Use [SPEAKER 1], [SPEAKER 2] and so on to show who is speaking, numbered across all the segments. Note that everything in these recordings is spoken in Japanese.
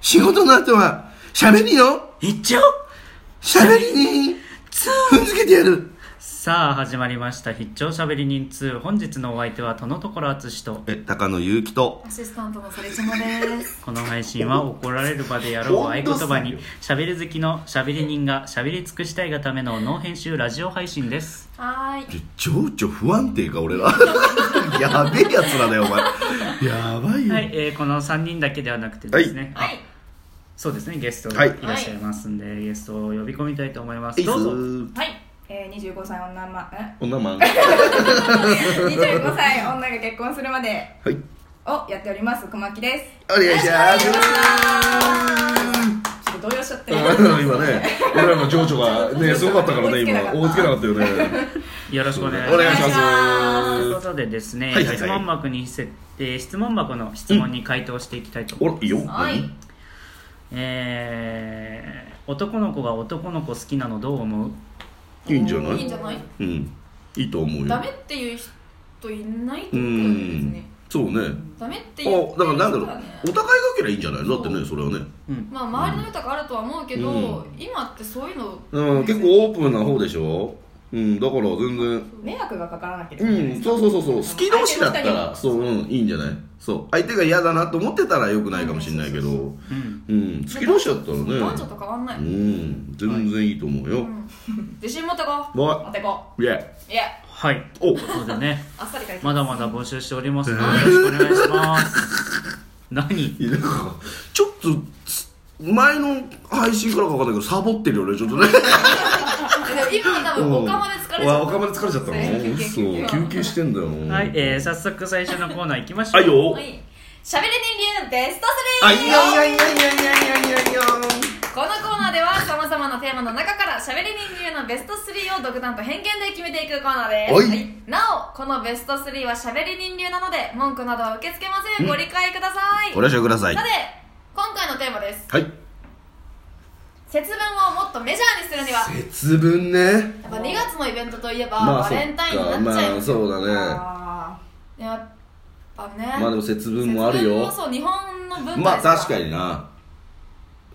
[SPEAKER 1] 仕事の後は、喋りの、
[SPEAKER 2] 一丁
[SPEAKER 1] 喋りに、踏んづけてやる。
[SPEAKER 2] さあ始まりました「必聴しゃべり人2」本日のお相手はとのところあつしと
[SPEAKER 1] え、高野祐希と、
[SPEAKER 3] アシスタントのそれちもです。
[SPEAKER 2] この配信は怒られる場でやろうを合言葉にしゃべり好きのしゃべり人がしゃべり尽くしたいがためのノー編集ラジオ配信です
[SPEAKER 3] はーい。
[SPEAKER 1] 情緒不安定か、俺ら。 やべえやつらだよ、お前。やばいよ。
[SPEAKER 2] はい、えーこの3人だけではなくてですね、
[SPEAKER 3] はい
[SPEAKER 2] あ。そうですねゲストが
[SPEAKER 1] はい
[SPEAKER 2] いらっしゃいますんで、ゲストを呼び込みたいと思いま
[SPEAKER 1] え
[SPEAKER 2] す
[SPEAKER 1] いっす
[SPEAKER 2] どうぞ
[SPEAKER 3] はい。えー、25歳女ま、え
[SPEAKER 1] 女マン。
[SPEAKER 3] 25歳女が結婚するまで
[SPEAKER 1] はい。
[SPEAKER 3] をやっております、熊木です。
[SPEAKER 1] お願いします。
[SPEAKER 3] ちょっと動揺しちゃって。
[SPEAKER 1] 今ね、俺らの情緒がね、すごかったからね、今。追
[SPEAKER 3] 追
[SPEAKER 1] い
[SPEAKER 3] い
[SPEAKER 1] つ
[SPEAKER 3] つ
[SPEAKER 1] け
[SPEAKER 3] け
[SPEAKER 1] なか
[SPEAKER 3] なか
[SPEAKER 1] ったよね。
[SPEAKER 2] よろしくお願い
[SPEAKER 1] お
[SPEAKER 2] します
[SPEAKER 1] 願いし
[SPEAKER 3] お
[SPEAKER 1] ま
[SPEAKER 3] 願
[SPEAKER 2] という
[SPEAKER 1] す
[SPEAKER 2] こ。とでですね、
[SPEAKER 1] はいはいはい
[SPEAKER 2] 質問箱に設定質問箱の質問に回答していきたいと思い
[SPEAKER 1] お
[SPEAKER 2] ま
[SPEAKER 1] ら
[SPEAKER 2] す、、
[SPEAKER 1] いいよ。
[SPEAKER 3] はい。
[SPEAKER 2] えー男の子が男の子好きなのどう思う
[SPEAKER 1] いいんじゃない
[SPEAKER 3] いいんじゃない
[SPEAKER 1] うん。いいと思うよ。
[SPEAKER 3] ダメっていう人いないって
[SPEAKER 1] う
[SPEAKER 3] ことだよね別
[SPEAKER 1] ん
[SPEAKER 3] に。。
[SPEAKER 1] そうね。
[SPEAKER 3] ダメっていう
[SPEAKER 1] あ、だからなんだろう。お互いがけりゃいいんじゃないのだって
[SPEAKER 3] そ
[SPEAKER 1] ね、
[SPEAKER 3] う
[SPEAKER 1] それはね。
[SPEAKER 2] うん
[SPEAKER 3] まあ、周りの豊かあるとは思うけど、
[SPEAKER 1] うん
[SPEAKER 3] 今ってそういうの、
[SPEAKER 1] うん、結構オープンな方でしょうん、だから全然。
[SPEAKER 3] 迷惑がかからなければいいじゃない
[SPEAKER 1] うん、そうそうそうそう。好き同士だったら、そう、うん、いいんじゃないそう。相手が嫌だなと思ってたら良くないかもしれないけ
[SPEAKER 3] そう
[SPEAKER 1] ど、
[SPEAKER 3] そ
[SPEAKER 2] うん
[SPEAKER 1] うん、好き同士だったらね。
[SPEAKER 3] 男女と変わんない、
[SPEAKER 1] うん、全然いいと思うよ。
[SPEAKER 3] 自信持ってこう
[SPEAKER 1] はい
[SPEAKER 3] 持ってこ
[SPEAKER 1] イェイ
[SPEAKER 3] ういや
[SPEAKER 2] はい
[SPEAKER 1] お
[SPEAKER 2] そうでね
[SPEAKER 3] あっさり書いて
[SPEAKER 2] まだまだ募集しておりますのでよろしくお願いします何
[SPEAKER 1] いやなんかちょっとつ前の配信からかわかんないけどサボってるよねちょっとね
[SPEAKER 3] でも今多分おかまで疲れち
[SPEAKER 1] う
[SPEAKER 3] ゃ
[SPEAKER 1] ん
[SPEAKER 3] っ
[SPEAKER 1] お
[SPEAKER 3] た
[SPEAKER 1] かまで疲れちゃったの
[SPEAKER 3] 休 憩休
[SPEAKER 1] そう
[SPEAKER 3] 憩
[SPEAKER 1] 休憩してんだよ
[SPEAKER 2] はい、えー、早速最初のコーナー行きましょう
[SPEAKER 1] はいよ
[SPEAKER 3] はい。しゃべれ人流ベスト
[SPEAKER 1] あいやい
[SPEAKER 3] 3
[SPEAKER 1] やいやいやいやいやいやいや
[SPEAKER 3] このコーナーではさまざまなテーマの中からしゃべり人流のベスト3を独断と偏見で決めていくコーナーです、
[SPEAKER 1] はい
[SPEAKER 3] なおこのベスト3はしゃべり人流なので文句などは受け付けませんご理解ください
[SPEAKER 1] ご了承ください
[SPEAKER 3] さ
[SPEAKER 1] は
[SPEAKER 3] て今回のテーマです
[SPEAKER 1] い
[SPEAKER 3] 節分をもっとメジャーにするにはや
[SPEAKER 1] 節分ね
[SPEAKER 3] っぱ2月のイベントといえば、
[SPEAKER 1] まあ
[SPEAKER 3] バ
[SPEAKER 1] そっ
[SPEAKER 3] レンタイン
[SPEAKER 1] か
[SPEAKER 3] になっちゃい
[SPEAKER 1] まあ
[SPEAKER 3] ます
[SPEAKER 1] そうだね
[SPEAKER 3] あーやっぱね
[SPEAKER 1] まあでも節分もある
[SPEAKER 3] 節分
[SPEAKER 1] よ
[SPEAKER 3] もそう日本の文化
[SPEAKER 1] まあ
[SPEAKER 3] ですら
[SPEAKER 1] 確かにな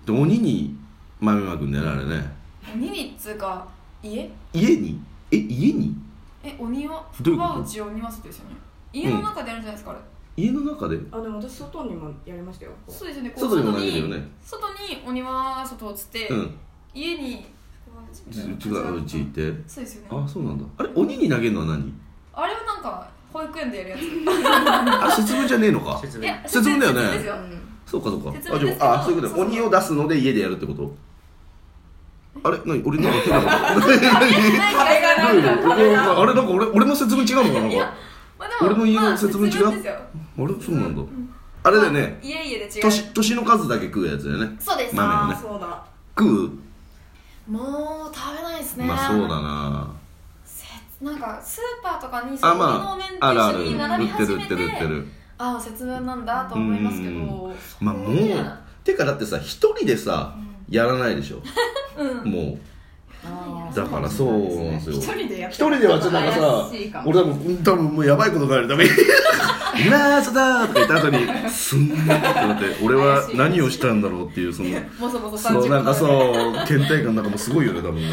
[SPEAKER 1] で鬼に豆まくんだよねあれね
[SPEAKER 3] 鬼にっつうか家
[SPEAKER 1] 家にえ家に
[SPEAKER 3] え鬼は
[SPEAKER 1] どういう
[SPEAKER 3] 福
[SPEAKER 1] こと
[SPEAKER 3] は内鬼はそうですよね家の中でやるんじゃないですか、あれ
[SPEAKER 1] 家の中で
[SPEAKER 4] あでも私外にもやりましたよ
[SPEAKER 3] そうですよねこう
[SPEAKER 1] 外でも投げて
[SPEAKER 3] に
[SPEAKER 1] るよね
[SPEAKER 3] 外に鬼は外をつって、
[SPEAKER 1] うん
[SPEAKER 3] 家に
[SPEAKER 1] じうちがうち行って
[SPEAKER 3] そうですよね
[SPEAKER 1] あそうなんだあれ鬼に投げるのは何
[SPEAKER 3] あれはなんか保育園でやるやつ
[SPEAKER 1] あ節分じゃねえのか
[SPEAKER 2] 節
[SPEAKER 3] い
[SPEAKER 2] 分
[SPEAKER 3] や
[SPEAKER 1] 節分だよね
[SPEAKER 3] 節ですよ
[SPEAKER 1] そうかそうか。
[SPEAKER 3] 説
[SPEAKER 1] あ、
[SPEAKER 3] 明
[SPEAKER 1] じゃ
[SPEAKER 3] ですけど
[SPEAKER 1] あ、あそういうこと
[SPEAKER 3] そうそう
[SPEAKER 1] 鬼を出すので家でやるってことあれ何俺なんか手が
[SPEAKER 3] なんかあれが
[SPEAKER 1] 何
[SPEAKER 3] なんか
[SPEAKER 1] どういうことあれなんか俺俺の説明違うのかななんか
[SPEAKER 3] まあ
[SPEAKER 1] 俺の家の節分違う
[SPEAKER 3] まあ節ですよ
[SPEAKER 1] あれそうなんだ。あれだよね。
[SPEAKER 3] 家々で違う
[SPEAKER 1] 年年の数だけ食うやつだよね。
[SPEAKER 3] そうです
[SPEAKER 1] 豆を
[SPEAKER 4] あ
[SPEAKER 1] ね
[SPEAKER 4] そうだ
[SPEAKER 1] 食う
[SPEAKER 3] もう食べないですね
[SPEAKER 1] まあそうだな。
[SPEAKER 3] なんかスーパーとかにそ
[SPEAKER 1] あ
[SPEAKER 3] のお
[SPEAKER 1] ま
[SPEAKER 3] 面
[SPEAKER 1] ああるあ
[SPEAKER 3] と
[SPEAKER 1] る
[SPEAKER 3] 一緒に並
[SPEAKER 1] 売
[SPEAKER 3] び
[SPEAKER 1] って
[SPEAKER 3] 始
[SPEAKER 1] る売
[SPEAKER 3] め
[SPEAKER 1] ってる売って
[SPEAKER 3] て
[SPEAKER 1] る。
[SPEAKER 3] ああ節分なんだと思いますけ
[SPEAKER 1] うん
[SPEAKER 3] ど
[SPEAKER 1] まあもう
[SPEAKER 3] ね
[SPEAKER 1] てかだってさ一人でさやらないで しょ。もうだからそうなんですよ。
[SPEAKER 4] 一人でやっ
[SPEAKER 1] 一
[SPEAKER 4] てる
[SPEAKER 1] 人ではちょっとなんかさ
[SPEAKER 4] 怪しいかも
[SPEAKER 1] 俺多分うん多分もうやばいことがあるために「なあそうだ!」とか言った後にすんなってなって俺は何をしたんだろうっていうその
[SPEAKER 3] もそもそ30
[SPEAKER 1] そうなんか
[SPEAKER 3] う
[SPEAKER 1] そう倦怠感なんかもすごいよね多分ね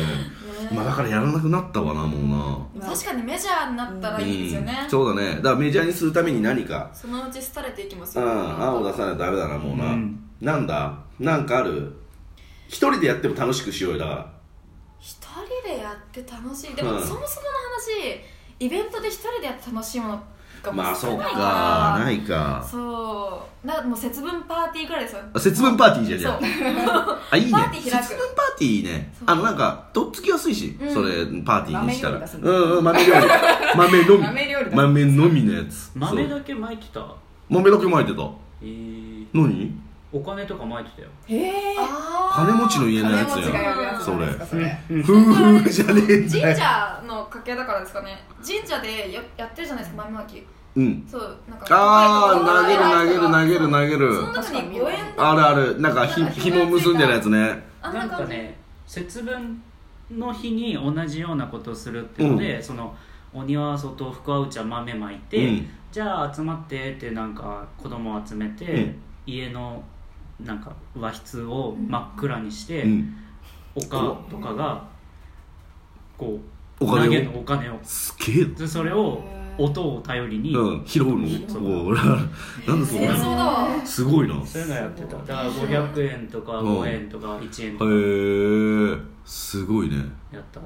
[SPEAKER 1] まあだからやらなくなったわなも
[SPEAKER 3] 確かにメジャーになった
[SPEAKER 1] う
[SPEAKER 3] ら
[SPEAKER 1] な、
[SPEAKER 3] いいですよね、
[SPEAKER 1] うんそうだねだからメジャーにするために何か
[SPEAKER 3] そのうち廃れていきます
[SPEAKER 1] う
[SPEAKER 3] よ、
[SPEAKER 1] ん案を出さないとダメだなもうな、
[SPEAKER 2] うん
[SPEAKER 1] なんだなんかある一人でやっても楽しくしようよだから
[SPEAKER 3] 一人でやって楽しいでも、
[SPEAKER 1] うん
[SPEAKER 3] そもそもの話イベントで一人でやって楽しいものがも
[SPEAKER 1] まあ
[SPEAKER 3] う
[SPEAKER 1] そ
[SPEAKER 3] 少
[SPEAKER 1] う
[SPEAKER 3] ないから、
[SPEAKER 1] かないか
[SPEAKER 3] そうなもう節分パーティーぐらいですよ
[SPEAKER 1] あ節分パーティーじゃんじゃあ
[SPEAKER 3] そう
[SPEAKER 1] あいいね
[SPEAKER 3] パーティー開く
[SPEAKER 1] 節分パーティーいいね
[SPEAKER 3] そう
[SPEAKER 1] あのなんかとっつきやすいし、
[SPEAKER 3] うん
[SPEAKER 1] それパーティーにしたら
[SPEAKER 4] 豆料理出す
[SPEAKER 1] う
[SPEAKER 4] の
[SPEAKER 1] んうん豆料理豆のみ
[SPEAKER 4] 豆料理出す
[SPEAKER 1] 豆のみのやつ
[SPEAKER 2] 豆
[SPEAKER 1] そう
[SPEAKER 2] だけ巻いてた
[SPEAKER 1] 豆だけ巻いてた
[SPEAKER 2] えー、
[SPEAKER 1] 何
[SPEAKER 2] お金とか巻いてたよ
[SPEAKER 4] へえ
[SPEAKER 3] あ
[SPEAKER 1] 金持ちの家の
[SPEAKER 4] 金
[SPEAKER 1] やつ
[SPEAKER 4] 持ちが
[SPEAKER 1] や
[SPEAKER 4] やるやつなんですかそれ
[SPEAKER 1] ん夫婦じゃねえん
[SPEAKER 3] ー
[SPEAKER 1] だ
[SPEAKER 3] 神
[SPEAKER 1] よ
[SPEAKER 3] 社の家系だからですかね神社でややってるじゃないですか豆まき
[SPEAKER 1] うん
[SPEAKER 3] そうなんか
[SPEAKER 1] あ
[SPEAKER 3] 若
[SPEAKER 1] あ
[SPEAKER 3] い
[SPEAKER 1] 投げる
[SPEAKER 3] 子が
[SPEAKER 1] 投げる投げる
[SPEAKER 3] そ
[SPEAKER 1] 投げる
[SPEAKER 3] の中に五円
[SPEAKER 1] あるあるなんかひ
[SPEAKER 3] なんか
[SPEAKER 1] 紐結んでるやつね
[SPEAKER 3] あん
[SPEAKER 2] な
[SPEAKER 3] なん
[SPEAKER 2] か
[SPEAKER 3] 感じ、
[SPEAKER 2] ね節分の日に同じようなことをするっていうので、その鬼は外福は内は豆まいて、
[SPEAKER 1] うん
[SPEAKER 2] じゃあ集まってってなんか子供を集めて、
[SPEAKER 1] うん
[SPEAKER 2] 家のなんか和室を真っ暗にして、
[SPEAKER 1] うん
[SPEAKER 2] おかとかがこう
[SPEAKER 1] お金を
[SPEAKER 2] 投げのお金を
[SPEAKER 1] すげえ
[SPEAKER 2] でそれを音を頼りに、
[SPEAKER 1] うん拾う
[SPEAKER 2] そ
[SPEAKER 1] の
[SPEAKER 2] う
[SPEAKER 1] おらなんでそん
[SPEAKER 3] 戦
[SPEAKER 1] な
[SPEAKER 3] 争だわ
[SPEAKER 1] すごいなへ
[SPEAKER 2] そういうのやってただから500円とか
[SPEAKER 1] うん
[SPEAKER 2] 5円とか1円とか
[SPEAKER 1] えすごいね
[SPEAKER 2] やった、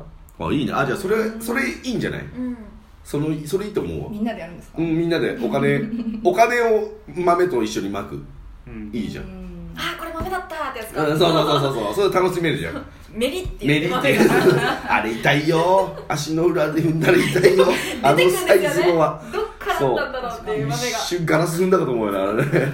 [SPEAKER 1] あいいねあじゃあそれそれいいんじゃない
[SPEAKER 3] うん
[SPEAKER 1] そのそれいいと思うわ
[SPEAKER 4] みんなでやるんですか
[SPEAKER 1] うんみんなでお 金お金を豆と一緒にまく
[SPEAKER 2] うん、
[SPEAKER 1] いいじゃん
[SPEAKER 4] ん
[SPEAKER 3] あーこれ豆だったーってやつ
[SPEAKER 1] うん、そうそうそうそう そう、それ楽しめるじゃん。
[SPEAKER 3] メリって
[SPEAKER 1] メ
[SPEAKER 3] い
[SPEAKER 1] リ
[SPEAKER 3] う
[SPEAKER 1] って
[SPEAKER 3] 豆が
[SPEAKER 1] あれ痛いよ。足の裏で踏んだら 痛いよ。あの
[SPEAKER 3] 出てく
[SPEAKER 1] サ
[SPEAKER 3] るん
[SPEAKER 1] イ
[SPEAKER 3] です
[SPEAKER 1] ズ
[SPEAKER 3] よね
[SPEAKER 1] のは。
[SPEAKER 3] どっからだったんだろうっていう
[SPEAKER 1] 一
[SPEAKER 3] 豆が
[SPEAKER 1] 瞬ガラス踏んだかと思うよ な、あれね。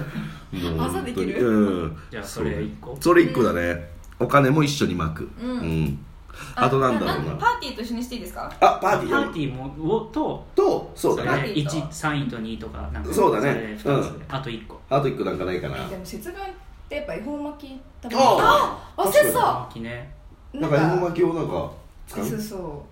[SPEAKER 1] もう
[SPEAKER 3] 朝でき
[SPEAKER 1] 本当
[SPEAKER 3] る
[SPEAKER 1] にうん。
[SPEAKER 2] じゃあそれ一個
[SPEAKER 1] そうそれ一個だね。お金も一緒に巻く。
[SPEAKER 3] うん
[SPEAKER 1] ん。あとなんだろう
[SPEAKER 3] パ
[SPEAKER 1] な。
[SPEAKER 3] ーティーと一緒にしていいです
[SPEAKER 1] あ、
[SPEAKER 3] か
[SPEAKER 1] パ
[SPEAKER 2] パ
[SPEAKER 1] ーテ
[SPEAKER 2] ー
[SPEAKER 1] ィーよ
[SPEAKER 2] ティーもをと
[SPEAKER 1] と、そう
[SPEAKER 2] それ
[SPEAKER 1] だ
[SPEAKER 2] で
[SPEAKER 1] ね。
[SPEAKER 2] 1 3位と2位とかなんか
[SPEAKER 1] そうだね
[SPEAKER 2] れで2つであと1個
[SPEAKER 1] あと一個なんかないかな。
[SPEAKER 4] でも節分ってやっぱ恵方巻き食べ
[SPEAKER 1] あ
[SPEAKER 3] 忘れてた
[SPEAKER 2] 秋ね
[SPEAKER 4] る
[SPEAKER 1] なんか恵方巻きをなんか使
[SPEAKER 4] そう
[SPEAKER 1] う。
[SPEAKER 4] そ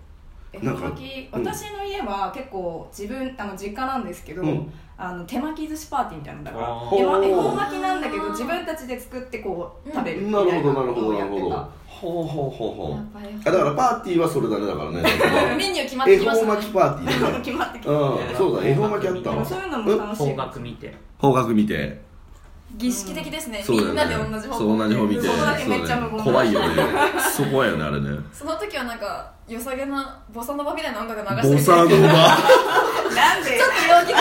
[SPEAKER 4] う恵
[SPEAKER 1] なん
[SPEAKER 4] 方
[SPEAKER 1] か
[SPEAKER 4] 巻き
[SPEAKER 1] うん
[SPEAKER 4] 私の家は結構自分あの実家なんですけど、
[SPEAKER 1] うん
[SPEAKER 4] あの手巻き寿司パーティーみたいなのだか
[SPEAKER 2] あ
[SPEAKER 4] ら
[SPEAKER 2] ー
[SPEAKER 4] 恵方恵方巻きなんだけ
[SPEAKER 3] あ
[SPEAKER 4] ど
[SPEAKER 3] ー
[SPEAKER 4] 自分たちで作ってこう
[SPEAKER 3] うん
[SPEAKER 4] 食べるみた
[SPEAKER 1] ないる
[SPEAKER 4] な
[SPEAKER 1] ほど、なる
[SPEAKER 4] の
[SPEAKER 1] ほど、
[SPEAKER 4] を
[SPEAKER 1] な
[SPEAKER 4] や
[SPEAKER 1] る
[SPEAKER 4] って
[SPEAKER 1] ほど
[SPEAKER 4] た。
[SPEAKER 1] ほうほうほうほう。あ
[SPEAKER 3] や
[SPEAKER 1] だからパーティーはそれだねだからね。だから
[SPEAKER 3] ばいメニュー決まっ
[SPEAKER 1] 恵
[SPEAKER 3] てきまし
[SPEAKER 1] 方
[SPEAKER 3] た
[SPEAKER 1] 巻き
[SPEAKER 3] ね
[SPEAKER 1] パーティーだね。
[SPEAKER 4] 決まってきた
[SPEAKER 1] うん、そうだ、恵方巻きあった
[SPEAKER 4] でも
[SPEAKER 1] わ
[SPEAKER 4] そういうのも楽しい
[SPEAKER 2] 方角見て
[SPEAKER 1] 方角見て
[SPEAKER 3] 儀式的ですね
[SPEAKER 1] そ
[SPEAKER 3] み
[SPEAKER 1] うだよ
[SPEAKER 3] んなで同じ
[SPEAKER 1] ね
[SPEAKER 3] 方
[SPEAKER 1] そう同じ方見て
[SPEAKER 4] そこだけめっちゃ無言
[SPEAKER 1] そうだね怖いよねそう怖いよねあれね
[SPEAKER 3] その時はなんか良さげなボサノバみたいな音楽流して
[SPEAKER 1] ボサノバ
[SPEAKER 4] なんで
[SPEAKER 3] ちょっと陽気な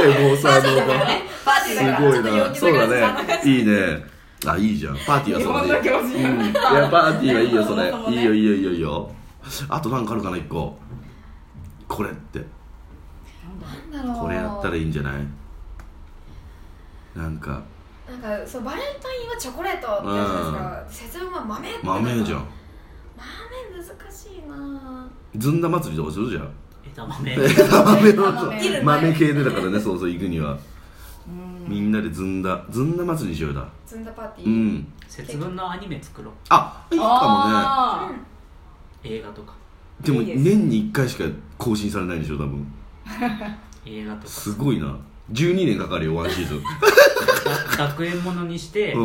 [SPEAKER 1] えボサノ
[SPEAKER 3] だから
[SPEAKER 1] バ
[SPEAKER 3] ねパーティーだからちょっと陽
[SPEAKER 1] すごいなそう
[SPEAKER 3] 気な
[SPEAKER 1] だ
[SPEAKER 3] 感じ
[SPEAKER 1] ねいいねあいいじゃんパーティーは
[SPEAKER 4] 日
[SPEAKER 1] そ
[SPEAKER 4] 本
[SPEAKER 1] れ
[SPEAKER 4] の
[SPEAKER 1] でいい
[SPEAKER 4] 行事、
[SPEAKER 1] うんいやパーティーはいいよそ
[SPEAKER 4] そもそも
[SPEAKER 1] れい
[SPEAKER 4] ね
[SPEAKER 1] いよいいよいいよいいよあとなんかあるかな一個これって
[SPEAKER 3] なんだろう
[SPEAKER 1] これやったらいいんじゃないなんか
[SPEAKER 3] なんかそうバレンタインはチョコレートってやつですから節分は豆って
[SPEAKER 1] 豆じゃん
[SPEAKER 3] 豆難しいな
[SPEAKER 1] ずんだ祭りとかするじゃん
[SPEAKER 2] 枝 豆
[SPEAKER 1] 豆の
[SPEAKER 4] 豆
[SPEAKER 1] そう豆系でだからねそうそう行くには
[SPEAKER 4] うん
[SPEAKER 1] みんなでずんだずんだ祭りしようだ
[SPEAKER 3] ぁずんだパーティ
[SPEAKER 1] う
[SPEAKER 3] ー
[SPEAKER 1] ん
[SPEAKER 2] 節分のアニメ作ろう
[SPEAKER 1] あいいか
[SPEAKER 4] あ
[SPEAKER 2] 映画とか
[SPEAKER 1] もね
[SPEAKER 4] いい
[SPEAKER 1] で
[SPEAKER 4] です
[SPEAKER 1] も年に1回しか更新されないでしょ多分
[SPEAKER 2] 映画とか
[SPEAKER 1] すごいな12年かかるよワンシ ーズン
[SPEAKER 2] が学園ものにして、
[SPEAKER 1] う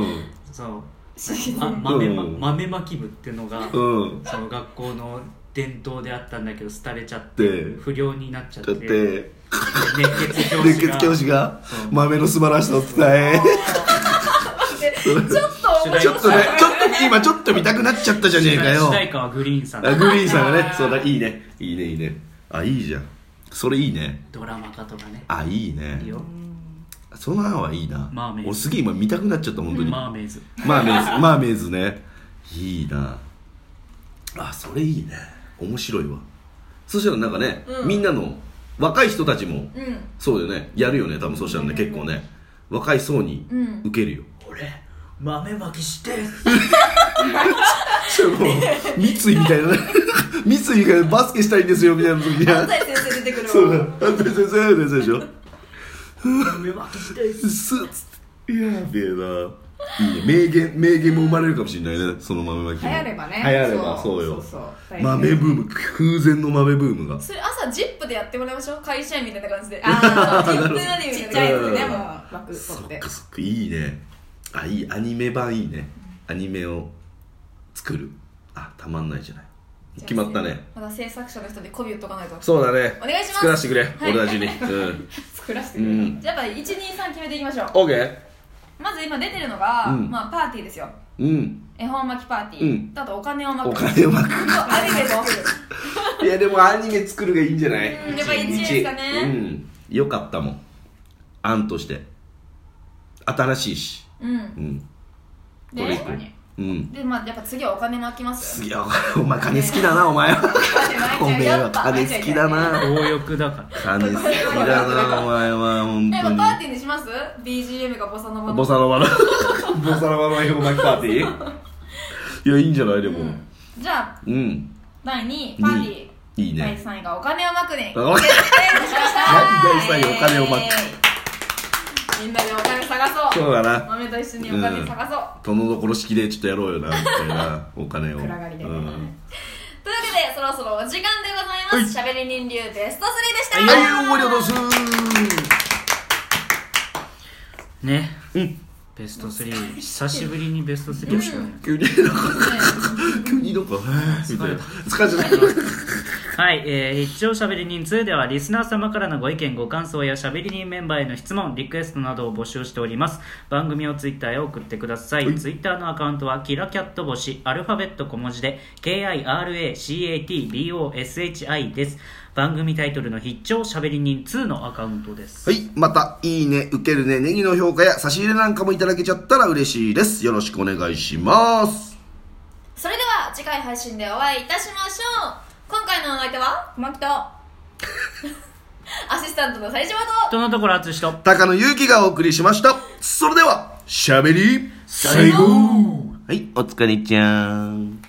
[SPEAKER 2] その
[SPEAKER 4] ー
[SPEAKER 2] ま豆ま
[SPEAKER 1] うん
[SPEAKER 2] 豆まき部っていうのが、
[SPEAKER 1] んうん
[SPEAKER 2] その学校の伝統であったんだけど廃れちゃって
[SPEAKER 1] で
[SPEAKER 2] 不良になっちゃっ
[SPEAKER 1] だ
[SPEAKER 2] て
[SPEAKER 1] って
[SPEAKER 2] 熱血教
[SPEAKER 1] 熱
[SPEAKER 2] 師
[SPEAKER 1] 血
[SPEAKER 2] が
[SPEAKER 1] 教師が
[SPEAKER 2] そう
[SPEAKER 1] 豆の素晴らしさを伝え
[SPEAKER 3] でちょっと面
[SPEAKER 1] ち
[SPEAKER 3] 白
[SPEAKER 1] ょ
[SPEAKER 3] い
[SPEAKER 1] っとねちょっと今ちょっと見たくなっちゃったじゃねえかよ
[SPEAKER 2] 主題歌はグリーンさん
[SPEAKER 1] あグリーンさんがね
[SPEAKER 3] あー
[SPEAKER 1] そうだいいねいいねいいねあいいじゃんそれいいね
[SPEAKER 2] ドラマ化とかね
[SPEAKER 1] あいいね
[SPEAKER 2] いいよ
[SPEAKER 1] その案はいいな
[SPEAKER 2] マーメイズ
[SPEAKER 1] 俺すげえ今見たくなっちゃった本当に
[SPEAKER 2] マーメイズ
[SPEAKER 1] マーメイズマーメイズねいいなあそれいいね面白いわそしたらなんかね、
[SPEAKER 3] うん
[SPEAKER 1] みんなの若い人たちも
[SPEAKER 3] うん
[SPEAKER 1] そうだよねやるよね多分そうしたらね、結構ね若い層に
[SPEAKER 3] うん
[SPEAKER 1] 受けるよ、
[SPEAKER 2] 俺豆まきして
[SPEAKER 1] そしたら もう三井みたいなね三井がバスケしたいんですよみたいな時に
[SPEAKER 3] 安西先生出てくるわ
[SPEAKER 1] そうだ安藤先生先生でしょ
[SPEAKER 2] 豆まきして
[SPEAKER 1] すっつってやべえないいね名言名言も生まれるかもしれないねその豆まきも
[SPEAKER 4] 流行ればね
[SPEAKER 1] 流行ればそうよ
[SPEAKER 4] そうそう
[SPEAKER 1] 豆ブーム空前の豆ブームが
[SPEAKER 3] それ朝ジップでやってもらいましょう会社員みたいな感 じで
[SPEAKER 4] あ
[SPEAKER 3] ジ
[SPEAKER 4] ー
[SPEAKER 3] ップ
[SPEAKER 4] な
[SPEAKER 3] な
[SPEAKER 4] る
[SPEAKER 3] りみ
[SPEAKER 4] ほどち
[SPEAKER 3] た
[SPEAKER 4] っ
[SPEAKER 3] い
[SPEAKER 4] ち
[SPEAKER 3] な
[SPEAKER 4] ゃいやつでも枠
[SPEAKER 1] そ
[SPEAKER 4] 取っ
[SPEAKER 1] ってかそっかいいねあいいアニメ版いいねアニメを作るあたまんないじゃない決まったね
[SPEAKER 3] まだ制作者の人に媚び打っとかないと
[SPEAKER 1] そうだね
[SPEAKER 3] お願いします
[SPEAKER 1] 作らせてくれ、
[SPEAKER 3] はい
[SPEAKER 1] 俺たちにうん
[SPEAKER 4] 作らせて
[SPEAKER 1] う
[SPEAKER 4] くれる
[SPEAKER 1] ん
[SPEAKER 3] じゃあやっぱ123決めていきましょう
[SPEAKER 1] OK
[SPEAKER 3] まず今出てるのが、
[SPEAKER 1] うん
[SPEAKER 3] まあ、パーティーですよ
[SPEAKER 1] うん
[SPEAKER 3] 恵方巻きパーティー、
[SPEAKER 1] うん
[SPEAKER 3] だとお金を巻
[SPEAKER 1] お
[SPEAKER 3] く
[SPEAKER 1] 金をまく
[SPEAKER 3] とアニメと
[SPEAKER 1] いやでもアニメ作るがいいんじゃない
[SPEAKER 3] うんやっぱ一位ですかね
[SPEAKER 1] うんよかったもん案として新しいし
[SPEAKER 3] う
[SPEAKER 1] う
[SPEAKER 3] ん
[SPEAKER 1] んこれ
[SPEAKER 3] で
[SPEAKER 1] いこううん
[SPEAKER 3] で、まあ、やっぱ次はお金巻きます
[SPEAKER 1] すげえお前金好きだなお前 はおめえは金好きだな
[SPEAKER 2] 強欲だから
[SPEAKER 1] 金好きだなお前は本
[SPEAKER 3] やっぱパー
[SPEAKER 1] 当
[SPEAKER 3] ティーにします ?BGM がボサノバ
[SPEAKER 1] に
[SPEAKER 3] の
[SPEAKER 1] ボサノバのボサノバの恵方巻きパーティーいやいいんじゃないでも
[SPEAKER 3] うんじゃあ
[SPEAKER 1] うん
[SPEAKER 3] 第2位パーティー
[SPEAKER 1] いい
[SPEAKER 3] 第
[SPEAKER 1] ね
[SPEAKER 3] 3位がお金をまくね
[SPEAKER 1] あお
[SPEAKER 3] 決定しました
[SPEAKER 1] 何第三位お金をまく
[SPEAKER 3] みんなでお金探そう
[SPEAKER 1] そうだな
[SPEAKER 3] 豆と一緒にお金探そう、
[SPEAKER 1] 殿所式でちょっとやろうよなみたい なお金を
[SPEAKER 4] 暗がりでね
[SPEAKER 1] うん
[SPEAKER 3] というわけでそろそろお時間でございます、しゃべり人流ベスト3でした
[SPEAKER 1] はい終わりがとうございます
[SPEAKER 2] ね
[SPEAKER 1] うん
[SPEAKER 2] ベスト3久しぶりにベスト3をしたね
[SPEAKER 1] 急になんか 急になんか「へえ」みたいな疲れてない
[SPEAKER 2] はい、えー、一応しゃべり人2ではリスナー様からのご意見ご感想やしゃべり人メンバーへの質問リクエストなどを募集しております番組をツイッターへ送ってくださいツイッターのアカウントはキラキャット星アルファベット小文字で KIRACATBOSHI です番組タイトルの必聴しゃべり人2のアカウントです
[SPEAKER 1] はい。また、いいね、受けるね、ネギの評価や差し入れなんかもいただけちゃったら嬉しいです。よろしくお願いします。
[SPEAKER 3] それでは次回配信でお会いいたしましょう今回のお相手は
[SPEAKER 4] マキ と
[SPEAKER 3] アシスタントの冴島と
[SPEAKER 2] 人のところ淳と
[SPEAKER 1] 高野ゆうきがお送りしました。それでは、しゃべり、最後はい、お疲れちゃん。